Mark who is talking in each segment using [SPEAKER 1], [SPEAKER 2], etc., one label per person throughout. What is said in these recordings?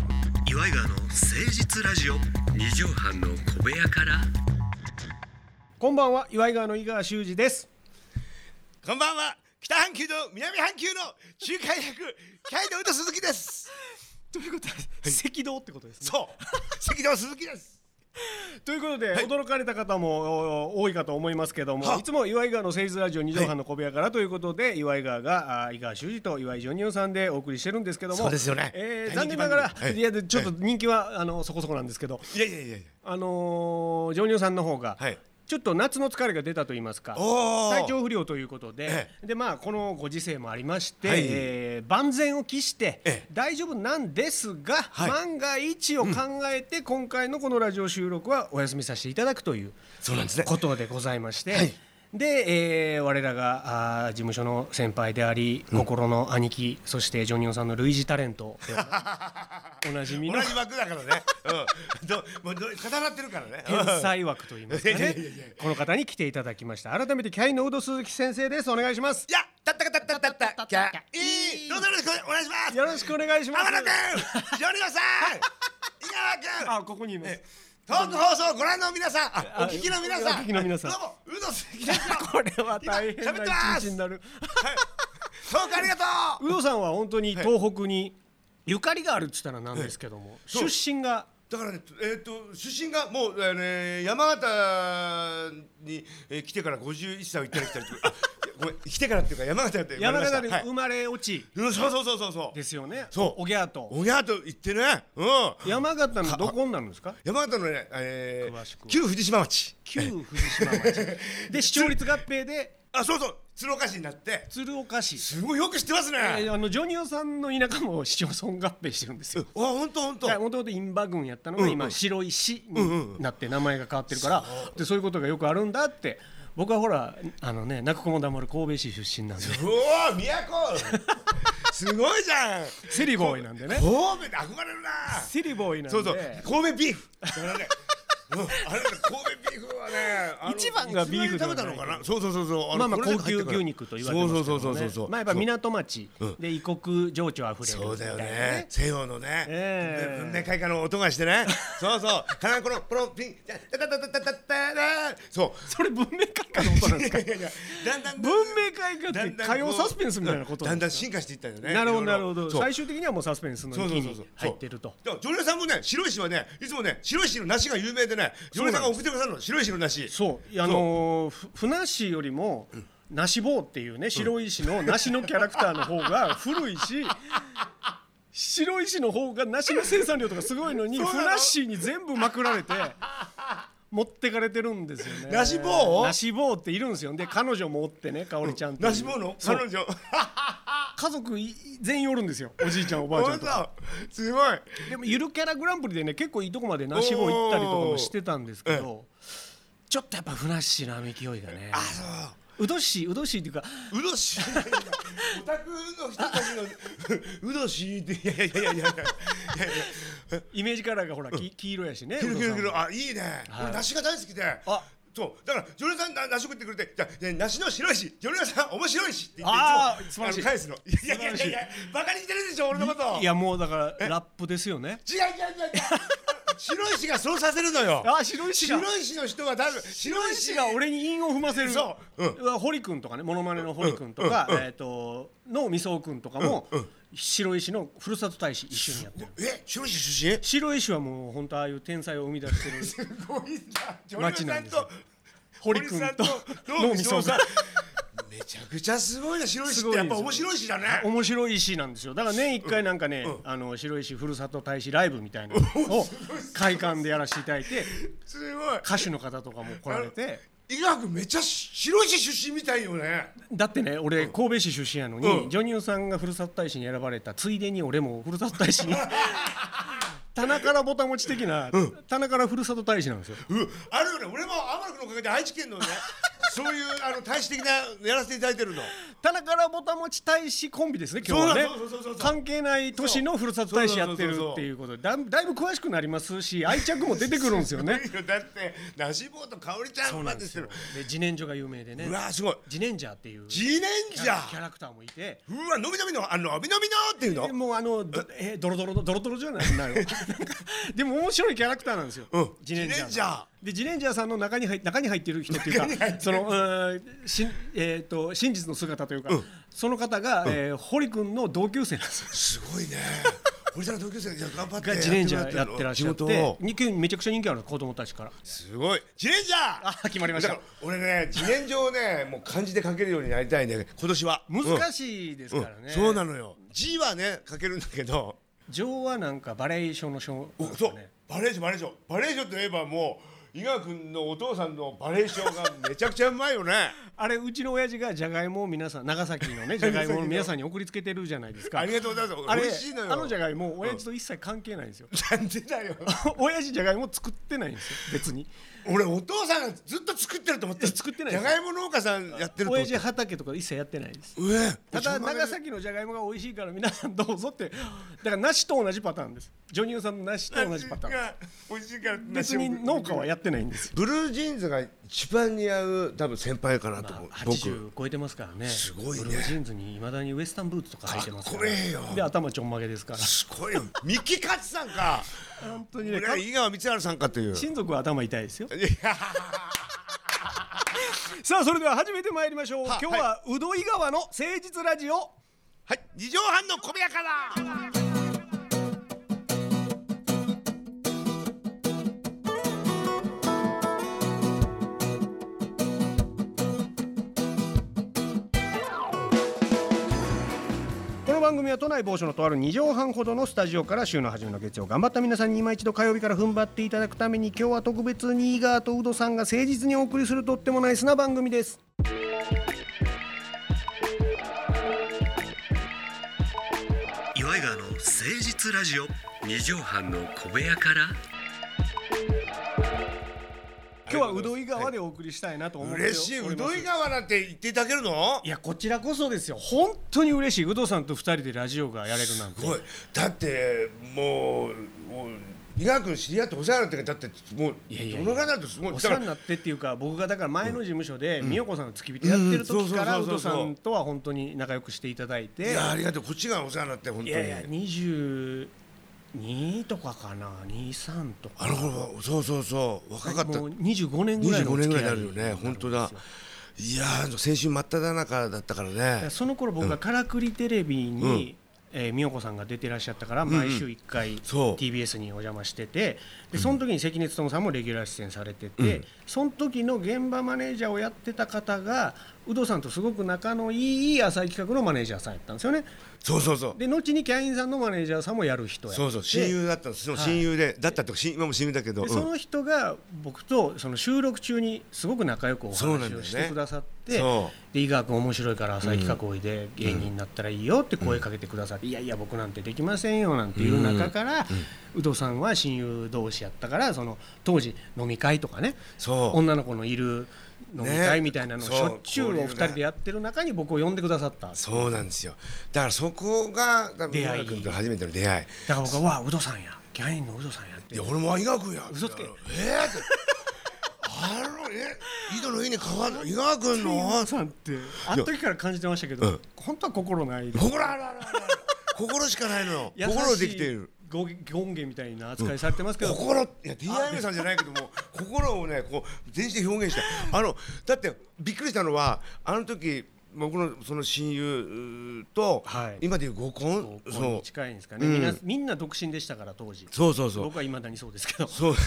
[SPEAKER 1] イガーの誠実ラジオ
[SPEAKER 2] 二畳半の小部屋から
[SPEAKER 3] こんばんは岩井川の井川修司です
[SPEAKER 4] こんばんは北半球と南半球の仲介役 キャイドウと鈴木です
[SPEAKER 3] ということは赤道ってことですね
[SPEAKER 4] そう関戸鈴木です
[SPEAKER 3] ということで、驚かれた方もお多いかと思いますけども
[SPEAKER 4] はい
[SPEAKER 3] つも岩井川の誠実ラジオ2畳半の小部屋からということで、岩井川があ井川修司と岩井ジョニオさんでお送りしてるんですけども
[SPEAKER 4] そうですよね
[SPEAKER 3] えー残
[SPEAKER 4] 大
[SPEAKER 3] 念
[SPEAKER 4] 人気
[SPEAKER 3] な
[SPEAKER 4] 番組
[SPEAKER 3] がら、
[SPEAKER 4] はい
[SPEAKER 3] いやでちょっと人気は、あのそこそこなんですけど
[SPEAKER 4] いやいやいやいや
[SPEAKER 3] あのー、ジョニオさんの方が、
[SPEAKER 4] はい
[SPEAKER 3] ちょっと夏の疲れが出たと言いますか
[SPEAKER 4] おー
[SPEAKER 3] 体調不良ということで,、
[SPEAKER 4] え
[SPEAKER 3] でまあ、このご時世もありまして、
[SPEAKER 4] はい
[SPEAKER 3] えー万全を期して、
[SPEAKER 4] ええ
[SPEAKER 3] 大丈夫なんですが、
[SPEAKER 4] い
[SPEAKER 3] 万が一を考えて、今回のこのラジオ収録はお休みさせていただくという
[SPEAKER 4] そうなんですね
[SPEAKER 3] ことでございまして。
[SPEAKER 4] はい
[SPEAKER 3] で、えー我らがあー事務所の先輩であり、心の兄貴そしてジョニオさんの類似タレントでおなじみ
[SPEAKER 4] 同
[SPEAKER 3] の
[SPEAKER 4] じ枠だからね、うん、どもうど重なってるからね
[SPEAKER 3] 天才枠 といいますかねこの方に来ていただきました改めてキャインのウド鈴木先生ですお願いします
[SPEAKER 4] いやたったかたったったったキャイどうぞよろしくお願いします
[SPEAKER 3] よろしくお願いします
[SPEAKER 4] 天野君ジョニオさん井川君
[SPEAKER 3] あここにいます
[SPEAKER 4] トーク放送をご覧の皆さんあお聞きの皆さん
[SPEAKER 3] お聞きの皆さん
[SPEAKER 4] どうもウド鈴木ですよ
[SPEAKER 3] これは大変
[SPEAKER 4] 今
[SPEAKER 3] な
[SPEAKER 4] 喋って
[SPEAKER 3] 一
[SPEAKER 4] ます
[SPEAKER 3] 日になる
[SPEAKER 4] トークありがとう
[SPEAKER 3] ウドさんは本当に東北にゆかりがあるって言ったらなんですけども出
[SPEAKER 4] そう
[SPEAKER 3] 身が
[SPEAKER 4] だからね、えっ、と出身がもう、えーね、山形に、えー来てから51歳を行ったり来たりと か、あごめん来てからっていうか山形で生ま
[SPEAKER 3] 山
[SPEAKER 4] れました
[SPEAKER 3] 形で生まれ落ち
[SPEAKER 4] はい、うんそうそうそうそうそう
[SPEAKER 3] ですよね
[SPEAKER 4] そう
[SPEAKER 3] おぎゃーと
[SPEAKER 4] おぎゃーと言ってね、うん、
[SPEAKER 3] 山形のどこになるんですか
[SPEAKER 4] 山形のね、え
[SPEAKER 3] 詳しく
[SPEAKER 4] ー、旧藤島町
[SPEAKER 3] 旧藤島 町で視聴率合併で
[SPEAKER 4] あそうそう鶴岡市になって
[SPEAKER 3] 鶴岡市
[SPEAKER 4] すごいよく知ってますね、
[SPEAKER 3] えーあのジョニオさんの田舎も市町村合併してるんですよ
[SPEAKER 4] あ本当本当
[SPEAKER 3] もともとインバ軍やったのが今白い市になって名前が変わってるからでそういうことがよくあるんだって僕はほらあのね泣く子も黙る神戸市出身なんで
[SPEAKER 4] うおー 都すごいじゃん
[SPEAKER 3] セリボーイなんでね
[SPEAKER 4] 神戸って憧れるな
[SPEAKER 3] セリボーイなんで
[SPEAKER 4] そうそう、神戸ビーフ。だからねうん、あれね神戸ビーフはね、あの
[SPEAKER 3] 一番がビーフ
[SPEAKER 4] 一
[SPEAKER 3] で
[SPEAKER 4] 番
[SPEAKER 3] は
[SPEAKER 4] に
[SPEAKER 3] ない
[SPEAKER 4] 食べたのかな。そうそうそうそう。の
[SPEAKER 3] まあまあ
[SPEAKER 4] これで
[SPEAKER 3] 高
[SPEAKER 4] 入
[SPEAKER 3] 級
[SPEAKER 4] ってから
[SPEAKER 3] 牛肉と言われてますけ
[SPEAKER 4] そうそ
[SPEAKER 3] ど
[SPEAKER 4] うそうそうそ
[SPEAKER 3] ね
[SPEAKER 4] う。
[SPEAKER 3] まあやっぱ港町で異国情緒あふれる
[SPEAKER 4] そう
[SPEAKER 3] み
[SPEAKER 4] だ
[SPEAKER 3] た
[SPEAKER 4] よ
[SPEAKER 3] いな
[SPEAKER 4] ね
[SPEAKER 3] ね
[SPEAKER 4] 西洋のね、
[SPEAKER 3] ええ
[SPEAKER 4] 文明開化の音がし てねそうそうかなこのこのピンタタタタタタタタそう
[SPEAKER 3] それ文明開化のことなんです か
[SPEAKER 4] いやいやだんだん
[SPEAKER 3] 文明開化って歌謡サスペンスみたいなこと
[SPEAKER 4] だ
[SPEAKER 3] なんんで
[SPEAKER 4] だん
[SPEAKER 3] すか
[SPEAKER 4] 進化していったよね
[SPEAKER 3] なるほど
[SPEAKER 4] いろ
[SPEAKER 3] ないる
[SPEAKER 4] ろ
[SPEAKER 3] ほど
[SPEAKER 4] そう
[SPEAKER 3] 最終的にはもうサスペンスの
[SPEAKER 4] そう
[SPEAKER 3] 域
[SPEAKER 4] そうそう
[SPEAKER 3] に
[SPEAKER 4] そう
[SPEAKER 3] 入ってると
[SPEAKER 4] でも常連さんもね白石はねいつもね白石の梨が有名でね常連さんが送ってくださるの白石の梨
[SPEAKER 3] そうあのーふふなっしーよりも、なし坊っていうね白石の梨のキャラクターの方が古いし白石の方が梨の生産量とかすごいのに
[SPEAKER 4] そうな
[SPEAKER 3] ふ
[SPEAKER 4] の
[SPEAKER 3] なっしーに全部まくられて持ってかれてるんですよね
[SPEAKER 4] 梨坊
[SPEAKER 3] なし坊っているんですよで彼女もおってねかおりちゃんっていう
[SPEAKER 4] 梨坊の
[SPEAKER 3] そう
[SPEAKER 4] 彼女
[SPEAKER 3] 家族い全員おるんですよおじいちゃんおばあちゃんとか
[SPEAKER 4] 本当すごい
[SPEAKER 3] でもゆるキャラグランプリでね結構いいとこまでなし坊行ったりとかもしてたんですけどちょっとやっぱふなっしーのあの勢いがねうどっしーうどっしーっていうか
[SPEAKER 4] うどしオタクの人たち のうどしっていやいやいやいやいや
[SPEAKER 3] イメージカラーがほら、き黄色やしね
[SPEAKER 4] キ
[SPEAKER 3] う
[SPEAKER 4] ル
[SPEAKER 3] ど
[SPEAKER 4] キル
[SPEAKER 3] さ
[SPEAKER 4] キ
[SPEAKER 3] んは
[SPEAKER 4] ルあいいね俺梨が大好きで
[SPEAKER 3] あ
[SPEAKER 4] そうだからジョルさんな梨食ってくれてじゃあね梨の白いしジョルさん面白いしって言って
[SPEAKER 3] あー
[SPEAKER 4] いつ
[SPEAKER 3] 素
[SPEAKER 4] も
[SPEAKER 3] 晴らしい
[SPEAKER 4] あの返すのいやいやいやいやバカにしてるでしょ俺のこと
[SPEAKER 3] いやもうだからラップですよね
[SPEAKER 4] 違う違う違う違う白石がそうさせるのよ
[SPEAKER 3] あ白石が
[SPEAKER 4] 白石の人は多分白
[SPEAKER 3] 白
[SPEAKER 4] 石
[SPEAKER 3] 石
[SPEAKER 4] が
[SPEAKER 3] が俺に韻を踏ませる
[SPEAKER 4] そううん
[SPEAKER 3] 堀君とかねモノマネの堀君とか、えっ、とのみそ君とかも、白石のふるさと大使一緒にやってる
[SPEAKER 4] え白石出身
[SPEAKER 3] 白石はもう本当ああいう天才を生み出してる
[SPEAKER 4] すごいな。ジョ
[SPEAKER 3] 街
[SPEAKER 4] ル
[SPEAKER 3] な
[SPEAKER 4] さ
[SPEAKER 3] ん
[SPEAKER 4] ん
[SPEAKER 3] ですよ
[SPEAKER 4] と
[SPEAKER 3] 堀君と
[SPEAKER 4] 能見
[SPEAKER 3] 能見
[SPEAKER 4] さ
[SPEAKER 3] さ
[SPEAKER 4] ん。めちゃくちゃすごいな白石ってやっぱ面白いしだね。
[SPEAKER 3] 面白い石なんですよだから年一回なんかね、あの白石ふるさと大使ライブみたいなのを会館でやらせていただいて
[SPEAKER 4] すごい。
[SPEAKER 3] 歌手の方とかも来られて。
[SPEAKER 4] 伊賀君めっちゃ白石出身みたいよね。
[SPEAKER 3] だってね俺神戸市出身やのに、
[SPEAKER 4] うん
[SPEAKER 3] ジョニオさんがふるさと大使に選ばれたついでに俺もふるさと大 使に棚からぼたもち的な、棚からふるさと大使なんですよ
[SPEAKER 4] うん。あるよね。俺も天野君のおかげで愛知県のね。そういうあの大使的なやらせていただいてるの
[SPEAKER 3] 田中らぼたもち大使コンビですね今日はね
[SPEAKER 4] そうそうそうそうそう
[SPEAKER 3] 関係ない都市のふるさと大使やってるっていうことでだいぶだいぶ詳しくなりますし愛着も出てくるんですよね
[SPEAKER 4] だってナシボーと香織ちゃんまでしてる
[SPEAKER 3] で自然薯が有名でね
[SPEAKER 4] うわーすごい
[SPEAKER 3] 自然薯っていうキ
[SPEAKER 4] 自然じゃ
[SPEAKER 3] ャキャラクターもいて
[SPEAKER 4] うわのびのびのあののびのびのっていうの
[SPEAKER 3] でもうあのどえドロドロのドロドロじゃない なるでも面白いキャラクターなんですよ、
[SPEAKER 4] うん
[SPEAKER 3] ジレンジャー
[SPEAKER 4] ジレンジャー
[SPEAKER 3] でジレンジャーさんの中に入中に入ってる人って いうかそのうーんし、えー、と真実の姿というか、その方が、えー堀君の同級生なんですよ
[SPEAKER 4] すごいね 堀ちゃんの同級生がじゃあ頑張って
[SPEAKER 3] が自転車やってらっしゃっ
[SPEAKER 4] 地元
[SPEAKER 3] て
[SPEAKER 4] を
[SPEAKER 3] 人気めちゃくちゃ人気ある子供たちから
[SPEAKER 4] すごい自転車
[SPEAKER 3] あ決まりました
[SPEAKER 4] だから俺ね自転車をねもう漢字で書けるようになりたいね今年は
[SPEAKER 3] 難しいです
[SPEAKER 4] うん
[SPEAKER 3] からね、
[SPEAKER 4] うんそうなのよ字はね書けるんだけど
[SPEAKER 3] 情はなんかバレエ賞の賞
[SPEAKER 4] お
[SPEAKER 3] なんです
[SPEAKER 4] そう
[SPEAKER 3] よね
[SPEAKER 4] バレエショバレエショバレエショといえばもう伊賀君のお父さんのバレエショがめちゃくちゃうま いよね
[SPEAKER 3] あれうちの親父がじゃがいもを皆さん長崎の ねじゃがいもを皆さんに送りつけてるじゃないですか
[SPEAKER 4] ありがとうございます
[SPEAKER 3] あれ
[SPEAKER 4] 美味しいのよ
[SPEAKER 3] あのじゃがいも親父と一切関係ないんですよ、
[SPEAKER 4] なんでだよ
[SPEAKER 3] 親父じゃがいも作ってないんですよ別に
[SPEAKER 4] 俺お父さんがずっと作ってると思って
[SPEAKER 3] 作ってない
[SPEAKER 4] じ
[SPEAKER 3] で
[SPEAKER 4] ゃ
[SPEAKER 3] す
[SPEAKER 4] がいも農家さんやってると思
[SPEAKER 3] 親
[SPEAKER 4] って
[SPEAKER 3] 父畑とか一切やってないです
[SPEAKER 4] うえ
[SPEAKER 3] ただ長
[SPEAKER 4] さ
[SPEAKER 3] 崎のじゃがいもが美味しいから皆さんどうぞってだから梨と同じパターンですジョニオさんの梨と同じパターン
[SPEAKER 4] 美味しいから
[SPEAKER 3] 別に農家はやってないんですよ。
[SPEAKER 4] ブルージーンズが一番似合う多分先輩かなと思う、僕
[SPEAKER 3] 80超えてますからね。
[SPEAKER 4] すごいね
[SPEAKER 3] ブルージーンズにいまだにウエスタンブーツとか履いてますから。
[SPEAKER 4] かっこええよ
[SPEAKER 3] で頭ちょんまげですから。
[SPEAKER 4] すごいよ三木勝さんか
[SPEAKER 3] 本当にね。
[SPEAKER 4] 俺井川光晴さんかという
[SPEAKER 3] 親族は頭痛いですよ。
[SPEAKER 4] いや
[SPEAKER 3] さあそれでは始めてまいりましょう。今日は宇土井川の誠実ラジオ。
[SPEAKER 4] はい二畳半の小部屋から
[SPEAKER 3] この番組は都内某所のとある2畳半ほどのスタジオから週の初めの月曜頑張った皆さんに今一度火曜日から踏ん張っていただくために今日は特別に井川とウドさんが誠実にお送りするとってもナイスな番組です
[SPEAKER 1] 岩井川の誠実ラジオ
[SPEAKER 2] 二畳半の小部屋から
[SPEAKER 3] 今日は宇土井川でお送りしたいなと思っておりま
[SPEAKER 4] 嬉
[SPEAKER 3] す
[SPEAKER 4] しいうどい川なんて言っていただけるの
[SPEAKER 3] いやこちらこそですよ本当に嬉しい有働さんと二人でラジオがやれるなんて
[SPEAKER 4] すごいだってもうもう伊賀君知り合ってお世話になってからだってもう
[SPEAKER 3] いやいやいや
[SPEAKER 4] どの方だとすごい
[SPEAKER 3] お
[SPEAKER 4] だ
[SPEAKER 3] 世話
[SPEAKER 4] から
[SPEAKER 3] になってっていうか僕がだから前の事務所で美代子さんの付き人やってる時から
[SPEAKER 4] うん
[SPEAKER 3] 有
[SPEAKER 4] うん
[SPEAKER 3] 働
[SPEAKER 4] そうそうそうそう
[SPEAKER 3] さんとは本当に仲良くしていただい
[SPEAKER 4] い
[SPEAKER 3] て
[SPEAKER 4] やありがとうこっちがお世話になって
[SPEAKER 3] い
[SPEAKER 4] 本当に
[SPEAKER 3] やいや22とかかな23とか
[SPEAKER 4] あの頃はそうそうそう若かった
[SPEAKER 3] もう25年ぐらいの
[SPEAKER 4] 25
[SPEAKER 3] お
[SPEAKER 4] 年
[SPEAKER 3] 付
[SPEAKER 4] ぐ
[SPEAKER 3] き合
[SPEAKER 4] ら
[SPEAKER 3] い
[SPEAKER 4] いになるよね本当だいやー青春真っ只中だったからね
[SPEAKER 3] その頃僕がからくりテレビに、えー美代子さんが出てらっしゃったから毎週1回
[SPEAKER 4] そう
[SPEAKER 3] TBS にお邪魔しててでその時に関根勤さんもレギュラー出演されてて、その時の現場マネージャーをやってた方が有働さんとすごく仲のいい浅井企画のマネージャーさんやったんですよね
[SPEAKER 4] そうそうそう
[SPEAKER 3] で後にキャインさんのマネージャーさんもやる人やって
[SPEAKER 4] そうそう親友だったのその親友で、だったとかし今も親友だけど、
[SPEAKER 3] で
[SPEAKER 4] うん
[SPEAKER 3] その人が僕とその収録中にすごく仲良くお
[SPEAKER 4] そうな
[SPEAKER 3] 話
[SPEAKER 4] んだよ
[SPEAKER 3] を
[SPEAKER 4] ね
[SPEAKER 3] してくださって、
[SPEAKER 4] そ
[SPEAKER 3] で井川君面白いから浅井企画おいで芸人になったらいいよって声かけてくださって、いやいや僕なんてできませんよなんていう中から、有働さんは親友同士やったからその当時飲み会とかね
[SPEAKER 4] そう
[SPEAKER 3] 女の子のいる飲み
[SPEAKER 4] ね
[SPEAKER 3] 会みたいなのを
[SPEAKER 4] そう
[SPEAKER 3] しょっちゅうお二
[SPEAKER 4] 交流が
[SPEAKER 3] 人でやってる中に僕を呼んでくださった
[SPEAKER 4] そうなんですよだからそこが多分
[SPEAKER 3] 出会い
[SPEAKER 4] 井川君と初めての出会い
[SPEAKER 3] だから僕は「わあ有働さんやキャインの有働さんや」っ
[SPEAKER 4] い
[SPEAKER 3] て
[SPEAKER 4] や俺も伊賀君や
[SPEAKER 3] 嘘つけ
[SPEAKER 4] えー、ってあのえ井戸の家に変わる伊賀君の
[SPEAKER 3] さんってあの時から感じてましたけど、
[SPEAKER 4] うん
[SPEAKER 3] 本当は心ないです
[SPEAKER 4] 心あらあらあら心しかないの
[SPEAKER 3] 優しい
[SPEAKER 4] 心できている
[SPEAKER 3] ご権限みたいな扱いされてますけど、
[SPEAKER 4] 心いや DIY さんじゃないけど も心をねこう全身で表現したあのだってびっくりしたのはあの時僕のその親友と、
[SPEAKER 3] はい
[SPEAKER 4] 今でいう合コン
[SPEAKER 3] こうこう近いんですかね、みんなみんな独身でしたから当時
[SPEAKER 4] そうそうそうそう
[SPEAKER 3] 僕は未だにそうですけど
[SPEAKER 4] そう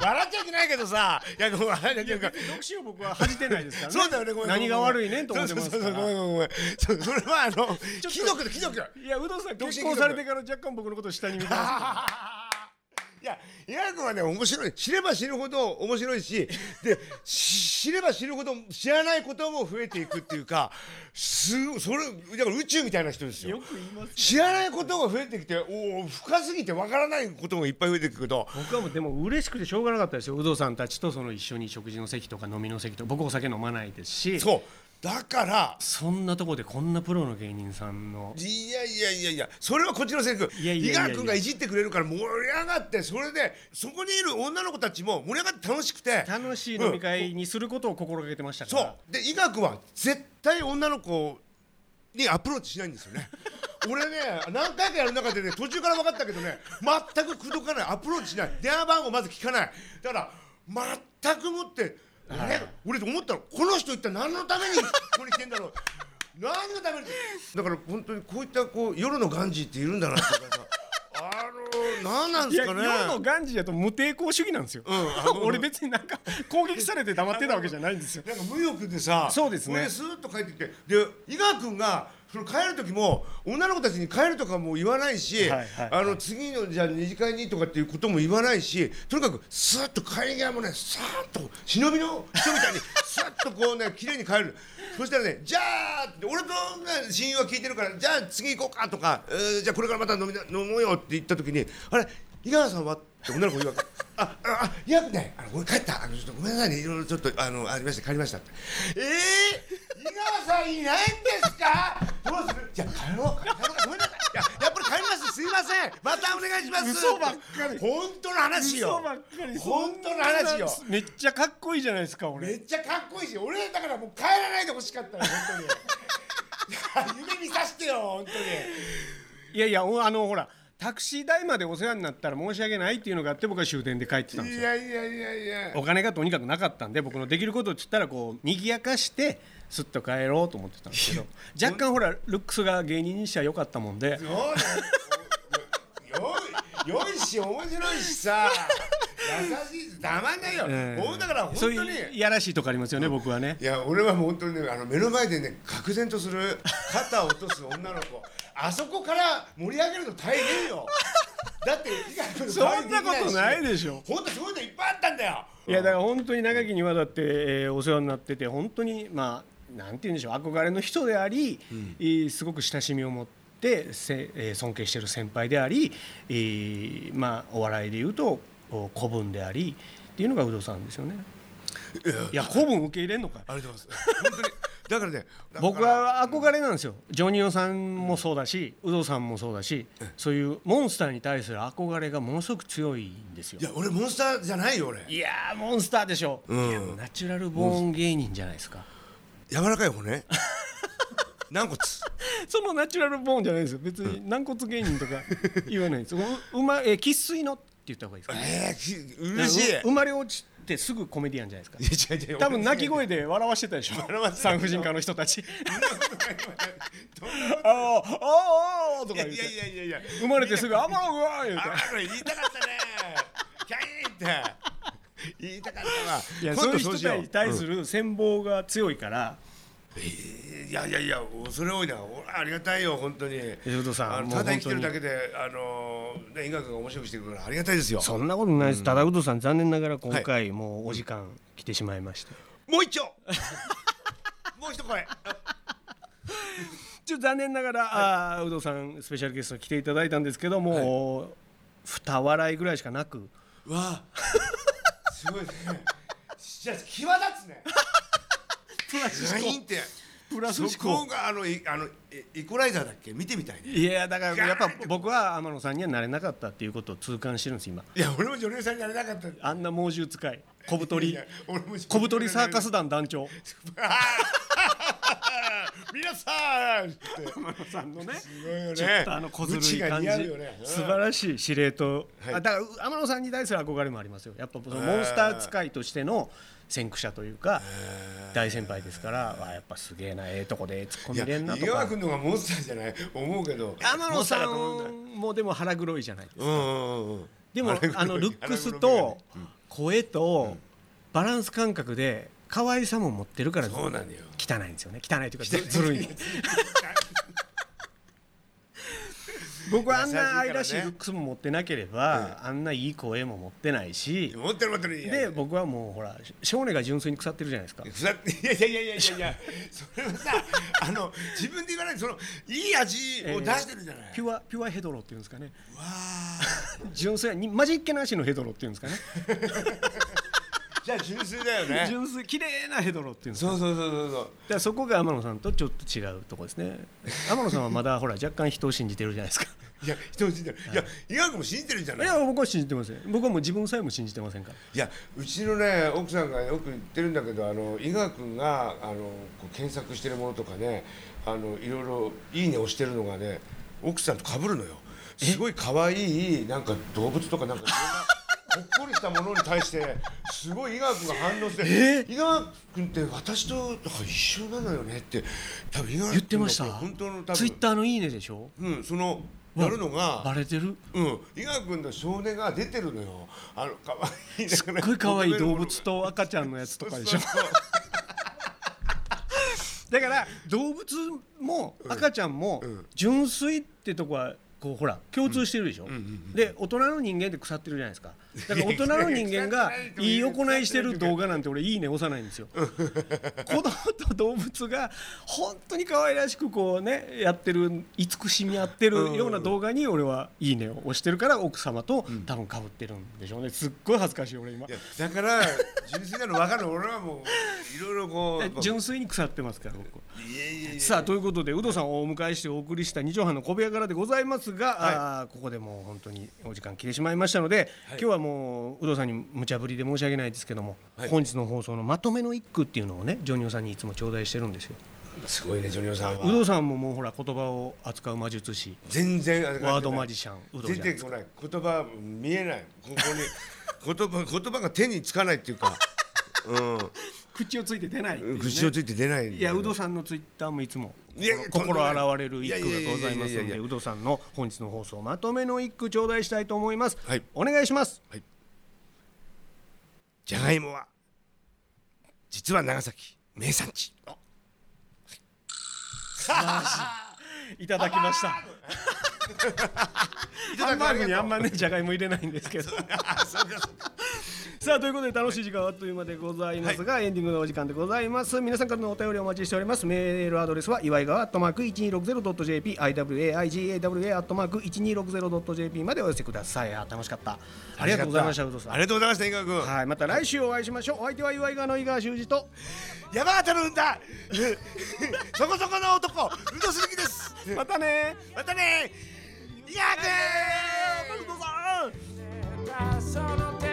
[SPEAKER 4] 笑っちゃいけないけどさいやごめん笑っちゃいけないから
[SPEAKER 3] 独身を僕は恥じてないですからね
[SPEAKER 4] そうだよねごめん
[SPEAKER 3] 何が悪いねんと思ってます
[SPEAKER 4] そう
[SPEAKER 3] か
[SPEAKER 4] そうそうごめん
[SPEAKER 3] ら
[SPEAKER 4] ごめんごめんそうそれはあの貴族だ貴族だ
[SPEAKER 3] いや有働さん
[SPEAKER 4] 独身
[SPEAKER 3] 結婚されてから若干僕のことを下に見てますか
[SPEAKER 4] いや岩井君はね面白い知れば知るほど面白いしでし知れば知るほど知らないことも増えていくっていうかすごいそれだから宇宙みたいな人ですよ
[SPEAKER 3] く言います
[SPEAKER 4] 知らないことが増えてきておお深すぎてわからないこともいっぱい増えてくるけど
[SPEAKER 3] 僕はもうでも嬉しくてしょうがなかったですよ有働さんたちとその一緒に食事の席とか飲みの席とか僕お酒飲まないですし
[SPEAKER 4] そうだから
[SPEAKER 3] そんなとこでこんなプロの芸人さんの
[SPEAKER 4] いやいやいやいやそれはこっちのセリフ
[SPEAKER 3] いやいやいやいや
[SPEAKER 4] 伊賀君がいじってくれるから盛り上がってそれでそこにいる女の子たちも盛り上がって楽しくて
[SPEAKER 3] 楽しい
[SPEAKER 4] うん
[SPEAKER 3] 飲み会にすることを心がけてましたか
[SPEAKER 4] そ
[SPEAKER 3] ら、
[SPEAKER 4] うで医学は絶対女の子にアプローチしないんですよね俺ね何回かやる中でね途中から分かったけどね全く口説かないアプローチしない電話番号まず聞かないだから全くもってあれ俺と思ったのこの人一体何のためにここに来てんだろう何のためにだから本当にこういったこう夜のガンジーっているんだなっていうかさあの何なんですかね
[SPEAKER 3] ガンジーだと無抵抗主義なんですよ、 俺別になんか攻撃されて黙ってたわけじゃないんですよ
[SPEAKER 4] なんか無欲でさ
[SPEAKER 3] そうですね
[SPEAKER 4] これスーッと帰ってきてで井川君がその帰る時も女の子たちに帰るとかも言わないし、
[SPEAKER 3] はいはい
[SPEAKER 4] あの次のじゃあ二次会にとかっていうことも言わないしとにかくスーッと帰り際もねさーっと忍びの人みた いにさーっとこうね綺麗に帰るそしたらねじゃあって俺とね親友は聞いてるからじゃあ次行こうかとか、えーじゃあこれからまた飲みな飲もうよって言った時にあれ井川さんはって女の子言うわけあああいやねあの俺帰ったあのちょっとごめんなさいねいろいろちょっとあのありました帰りましたってえー、井川さんいないんですかどうするじゃあ帰ろう帰ろうごめんなさいいややっぱり帰りますすいませんまたお願いします
[SPEAKER 3] 嘘ばっかり
[SPEAKER 4] 本当の話よ
[SPEAKER 3] 嘘ばっかり
[SPEAKER 4] 本当の話よ
[SPEAKER 3] そんなめっちゃかっこいいじゃないですか
[SPEAKER 4] め
[SPEAKER 3] 俺
[SPEAKER 4] っちゃかっこいいし俺だからもう帰らないでほしかったよ本当に夢見さしてよ本当に
[SPEAKER 3] いやいやおあのほらタクシー代までお世話になったら申し訳ないっていうのがあって僕は終電で帰ってたんですよ
[SPEAKER 4] いやいやいやいや
[SPEAKER 3] お金がとにかくなかったんで僕のできることって言ったらこう賑やかしてすっと帰ろうと思ってたんですけど若干ほらルックスが芸人にしては良かったもんで
[SPEAKER 4] よいよいよいし面白いしさ優しいたまんないよ、
[SPEAKER 3] ええ
[SPEAKER 4] もうだから本
[SPEAKER 3] そう
[SPEAKER 4] 当に
[SPEAKER 3] いういやらしいとこありますよね僕はね
[SPEAKER 4] いや俺はもう本当にねあの目の前でね愕然とする肩を落とす女の子あそこから盛り上げるの大変よだって医学の代わ
[SPEAKER 3] そ
[SPEAKER 4] りに
[SPEAKER 3] ん
[SPEAKER 4] でき
[SPEAKER 3] なことない
[SPEAKER 4] し
[SPEAKER 3] でしょ
[SPEAKER 4] 本当そういうのいっぱいあったんだよ
[SPEAKER 3] いやだから本当に長きにわたって、えーお世話になってて本当にまあなんて言うんでしょう憧れの人であり、えーすごく親しみを持ってせ、えー尊敬してる先輩であり、えーまあお笑いで言うとこう古文でありっていうのが有働さんですよね。いや古文受け入れんのかい
[SPEAKER 4] ありがとうございます本当にだからねだから
[SPEAKER 3] 僕は憧れなんですよジョニオさんもそうだし有働さんもそうだしそういうモンスターに対する憧れがものすごく強いんですよ
[SPEAKER 4] い。や俺モンスターじゃないよ俺
[SPEAKER 3] いやーモンスターでしょ、
[SPEAKER 4] ん
[SPEAKER 3] いやもうナチュラルボーン芸人じゃないですか
[SPEAKER 4] 柔らか い骨軟骨
[SPEAKER 3] そのナチュラルボーンじゃないですよ別に軟骨芸人と か言わないですううまえ生粋のって言った方がいいですか
[SPEAKER 4] ええ嬉しい
[SPEAKER 3] あの生まれ落ちてすぐコメディアンじゃないですか
[SPEAKER 4] いや違う違う
[SPEAKER 3] 多分泣き声で笑わしてたでしょ
[SPEAKER 4] わせてた
[SPEAKER 3] 産婦人科の人た ちあーあーあーと
[SPEAKER 4] い
[SPEAKER 3] か言
[SPEAKER 4] や
[SPEAKER 3] っ
[SPEAKER 4] いやい
[SPEAKER 3] て
[SPEAKER 4] やいやいや
[SPEAKER 3] 生まれてすぐ「あまあうわ」言うて
[SPEAKER 4] あこれ言いたかったねキャインって言いたかったわ
[SPEAKER 3] いや
[SPEAKER 4] 今
[SPEAKER 3] そういう
[SPEAKER 4] 度しよ
[SPEAKER 3] 人
[SPEAKER 4] う
[SPEAKER 3] に対する戦望が強いから、
[SPEAKER 4] いやいやいや恐れ多いな俺ありがたいよ本当に
[SPEAKER 3] 江戸さん
[SPEAKER 4] あの
[SPEAKER 3] もう本当
[SPEAKER 4] ただ
[SPEAKER 3] に
[SPEAKER 4] 生きてるだけであのね医学が面白くしてくれるからありがたいですよ
[SPEAKER 3] そんなことないです、ただ有働さん残念ながら今回もうお時間来てしまいました、
[SPEAKER 4] もう一丁 もう一声
[SPEAKER 3] ちょっと残念ながら、あー有働さんスペシャルゲストに来ていただいたんですけども、二笑いぐらいしかなく
[SPEAKER 4] わあすごいねじゃあ際立つね
[SPEAKER 3] プラス
[SPEAKER 4] キャインって
[SPEAKER 3] プラス思
[SPEAKER 4] そこ
[SPEAKER 3] 考
[SPEAKER 4] があのいあのえイコライザーだっけ見てみたいね
[SPEAKER 3] いやだからやっぱ僕は天野さんにはなれなかったっていうことを痛感してるんです今
[SPEAKER 4] いや俺も女優さんになれなかった
[SPEAKER 3] あんな猛獣使い小太
[SPEAKER 4] い
[SPEAKER 3] り
[SPEAKER 4] や俺も
[SPEAKER 3] 小太りサーカス団団長
[SPEAKER 4] 皆さんって
[SPEAKER 3] さんのね
[SPEAKER 4] すごいよね
[SPEAKER 3] ちょっとあの小ずるい感
[SPEAKER 4] うちが
[SPEAKER 3] じ、
[SPEAKER 4] 似合うよね
[SPEAKER 3] 素晴らしい司令塔、
[SPEAKER 4] い
[SPEAKER 3] あだからう天野さんに対する憧れもありますよやっぱそのモンスター使いとしての先駆者というか大先輩ですからわあやっぱすげえなええとこで突っ込
[SPEAKER 4] い
[SPEAKER 3] み
[SPEAKER 4] や
[SPEAKER 3] 入れんなと
[SPEAKER 4] 井川
[SPEAKER 3] か
[SPEAKER 4] 君の方がモンスターじゃない思うけど
[SPEAKER 3] 天野さ
[SPEAKER 4] モンスターだと思うんだ
[SPEAKER 3] んもでも腹黒いじゃない ですか
[SPEAKER 4] うんうんうんうん
[SPEAKER 3] でも
[SPEAKER 4] 腹黒い
[SPEAKER 3] あのルックス
[SPEAKER 4] 腹黒いよ
[SPEAKER 3] と声とバランス感覚で可愛さも持ってるから
[SPEAKER 4] そうなのよ
[SPEAKER 3] 汚 いんですよね汚いというかずずるい僕はあん
[SPEAKER 4] 優しいか
[SPEAKER 3] な
[SPEAKER 4] らね
[SPEAKER 3] 愛らしいルックスも持ってなければ、あんないい声も持ってないし
[SPEAKER 4] 持ってる持ってるいやい
[SPEAKER 3] で
[SPEAKER 4] や
[SPEAKER 3] 僕はもうほら少年が純粋に腐ってるじゃないですか
[SPEAKER 4] ふざいやいやいやいやいやいやそれはさあの自分で言わないでそのいい味を出してるじゃない、
[SPEAKER 3] ピュアピュアヘドロっていうんですかね
[SPEAKER 4] わあ
[SPEAKER 3] 純粋にマジっ気なしのヘドロっていうんですかね
[SPEAKER 4] じゃあ純粋だよね
[SPEAKER 3] 純粋綺麗なヘドロっていうんですか
[SPEAKER 4] そうそうそうそうそう
[SPEAKER 3] だからそこが天野さんとちょっと違うとこですね天野さんはまだほら若干人を信じてるじゃないですか
[SPEAKER 4] いや人を信じてる、い、や医学も信じてるんじ ゃ
[SPEAKER 3] い
[SPEAKER 4] ない
[SPEAKER 3] や僕は信じてません僕はもう自分さえも信じてませんから
[SPEAKER 4] いやうちのね奥さんがよく言ってるんだけどあの伊賀君があのこう検索してるものとかねあのいろいろ「いいね」押してるのがね奥さんと被るのよすごい可愛いなんか動物とかなんかいろんなほっこりしたものに対してすごい伊賀君が反応して「伊賀君って私とだから一緒なのよね」って多分伊賀君の
[SPEAKER 3] 言ってました
[SPEAKER 4] 本当の多
[SPEAKER 3] ツイッ
[SPEAKER 4] 分、
[SPEAKER 3] ターの「いいね」でしょ
[SPEAKER 4] うん、そのやるのが
[SPEAKER 3] バレて る
[SPEAKER 4] うん、伊賀君の少年が出てるのよ。あの可愛い。す
[SPEAKER 3] すっごい可愛い動物と赤ちゃんのやつとかでしょだから動物も赤ちゃんも
[SPEAKER 4] うん
[SPEAKER 3] 純粋ってとこはこうほら共通してるでしょ、で大人の人間って腐ってるじゃないですかだから大人の人間がいい行いしてる動画なんて俺いいね押さないんですよ子供と動物が本当に可愛らしくこうねやってる慈しみ合ってるような動画に俺はいいねを押してるから奥様と多分かぶってるんでしょうねすっごい恥ずかしい俺今
[SPEAKER 4] いやだから純粋なの分かるの。俺はもういろいろこう。
[SPEAKER 3] 純粋に腐ってますから僕
[SPEAKER 4] いやいやいや
[SPEAKER 3] さあということで有働さんをお迎えしてお送りした二畳半の小部屋からでございますが、あーここでもう本当にお時間切れてしまいましたので、今日はもう有働さんに無茶ぶりで申し訳ないですけども、
[SPEAKER 4] はい
[SPEAKER 3] 本日の放送のまとめの一句っていうのをねジョニオさんにいつも頂戴してるんですよ。
[SPEAKER 4] すごいねジョニオさん
[SPEAKER 3] 有
[SPEAKER 4] は。
[SPEAKER 3] 働さんももうほら言葉を扱う魔術師
[SPEAKER 4] 全然あれ
[SPEAKER 3] ワードマジシャン有働じゃない
[SPEAKER 4] 全然
[SPEAKER 3] です
[SPEAKER 4] こ
[SPEAKER 3] か
[SPEAKER 4] ない言葉見えないここに 言葉言葉が手につかないっていうか。
[SPEAKER 3] 口をついて出ないっていうね、
[SPEAKER 4] 口をついて出ないんだよね。
[SPEAKER 3] いや有働さんのツイッターもいつも
[SPEAKER 4] いや
[SPEAKER 3] 心
[SPEAKER 4] とんでもない
[SPEAKER 3] 心洗われる一句がございます
[SPEAKER 4] いやいやいやいや
[SPEAKER 3] の
[SPEAKER 4] い
[SPEAKER 3] で
[SPEAKER 4] やいや
[SPEAKER 3] 有働さんの本日の放送まとめの一句頂戴したいと思います、
[SPEAKER 4] はい
[SPEAKER 3] お願いします
[SPEAKER 4] じゃがいもは実は長崎名産地。
[SPEAKER 3] いただきました
[SPEAKER 4] い
[SPEAKER 3] ハンバーグにあん
[SPEAKER 4] ま。
[SPEAKER 3] まねじゃがいも入れないんですけど
[SPEAKER 4] あそうかそうか
[SPEAKER 3] さあということで楽しい時間はあっという間でございますが、エンディングのお時間でございます皆さんからのお便りをお待ちしておりますメールアドレスは祝いがアットマーク 1260.jp iwaigawa アットマーク 1260.jp までお寄せくださいあ楽しかったありがとうございました有働さ
[SPEAKER 4] あり
[SPEAKER 3] ん
[SPEAKER 4] がとうございました、伊賀君。
[SPEAKER 3] はいまた来週お会いしましょうお相手は祝いがの井川修司と
[SPEAKER 4] 山形の歌 そこそこの男、宇戸鈴木です。
[SPEAKER 3] またね
[SPEAKER 4] またね伊賀君
[SPEAKER 3] ー
[SPEAKER 5] その手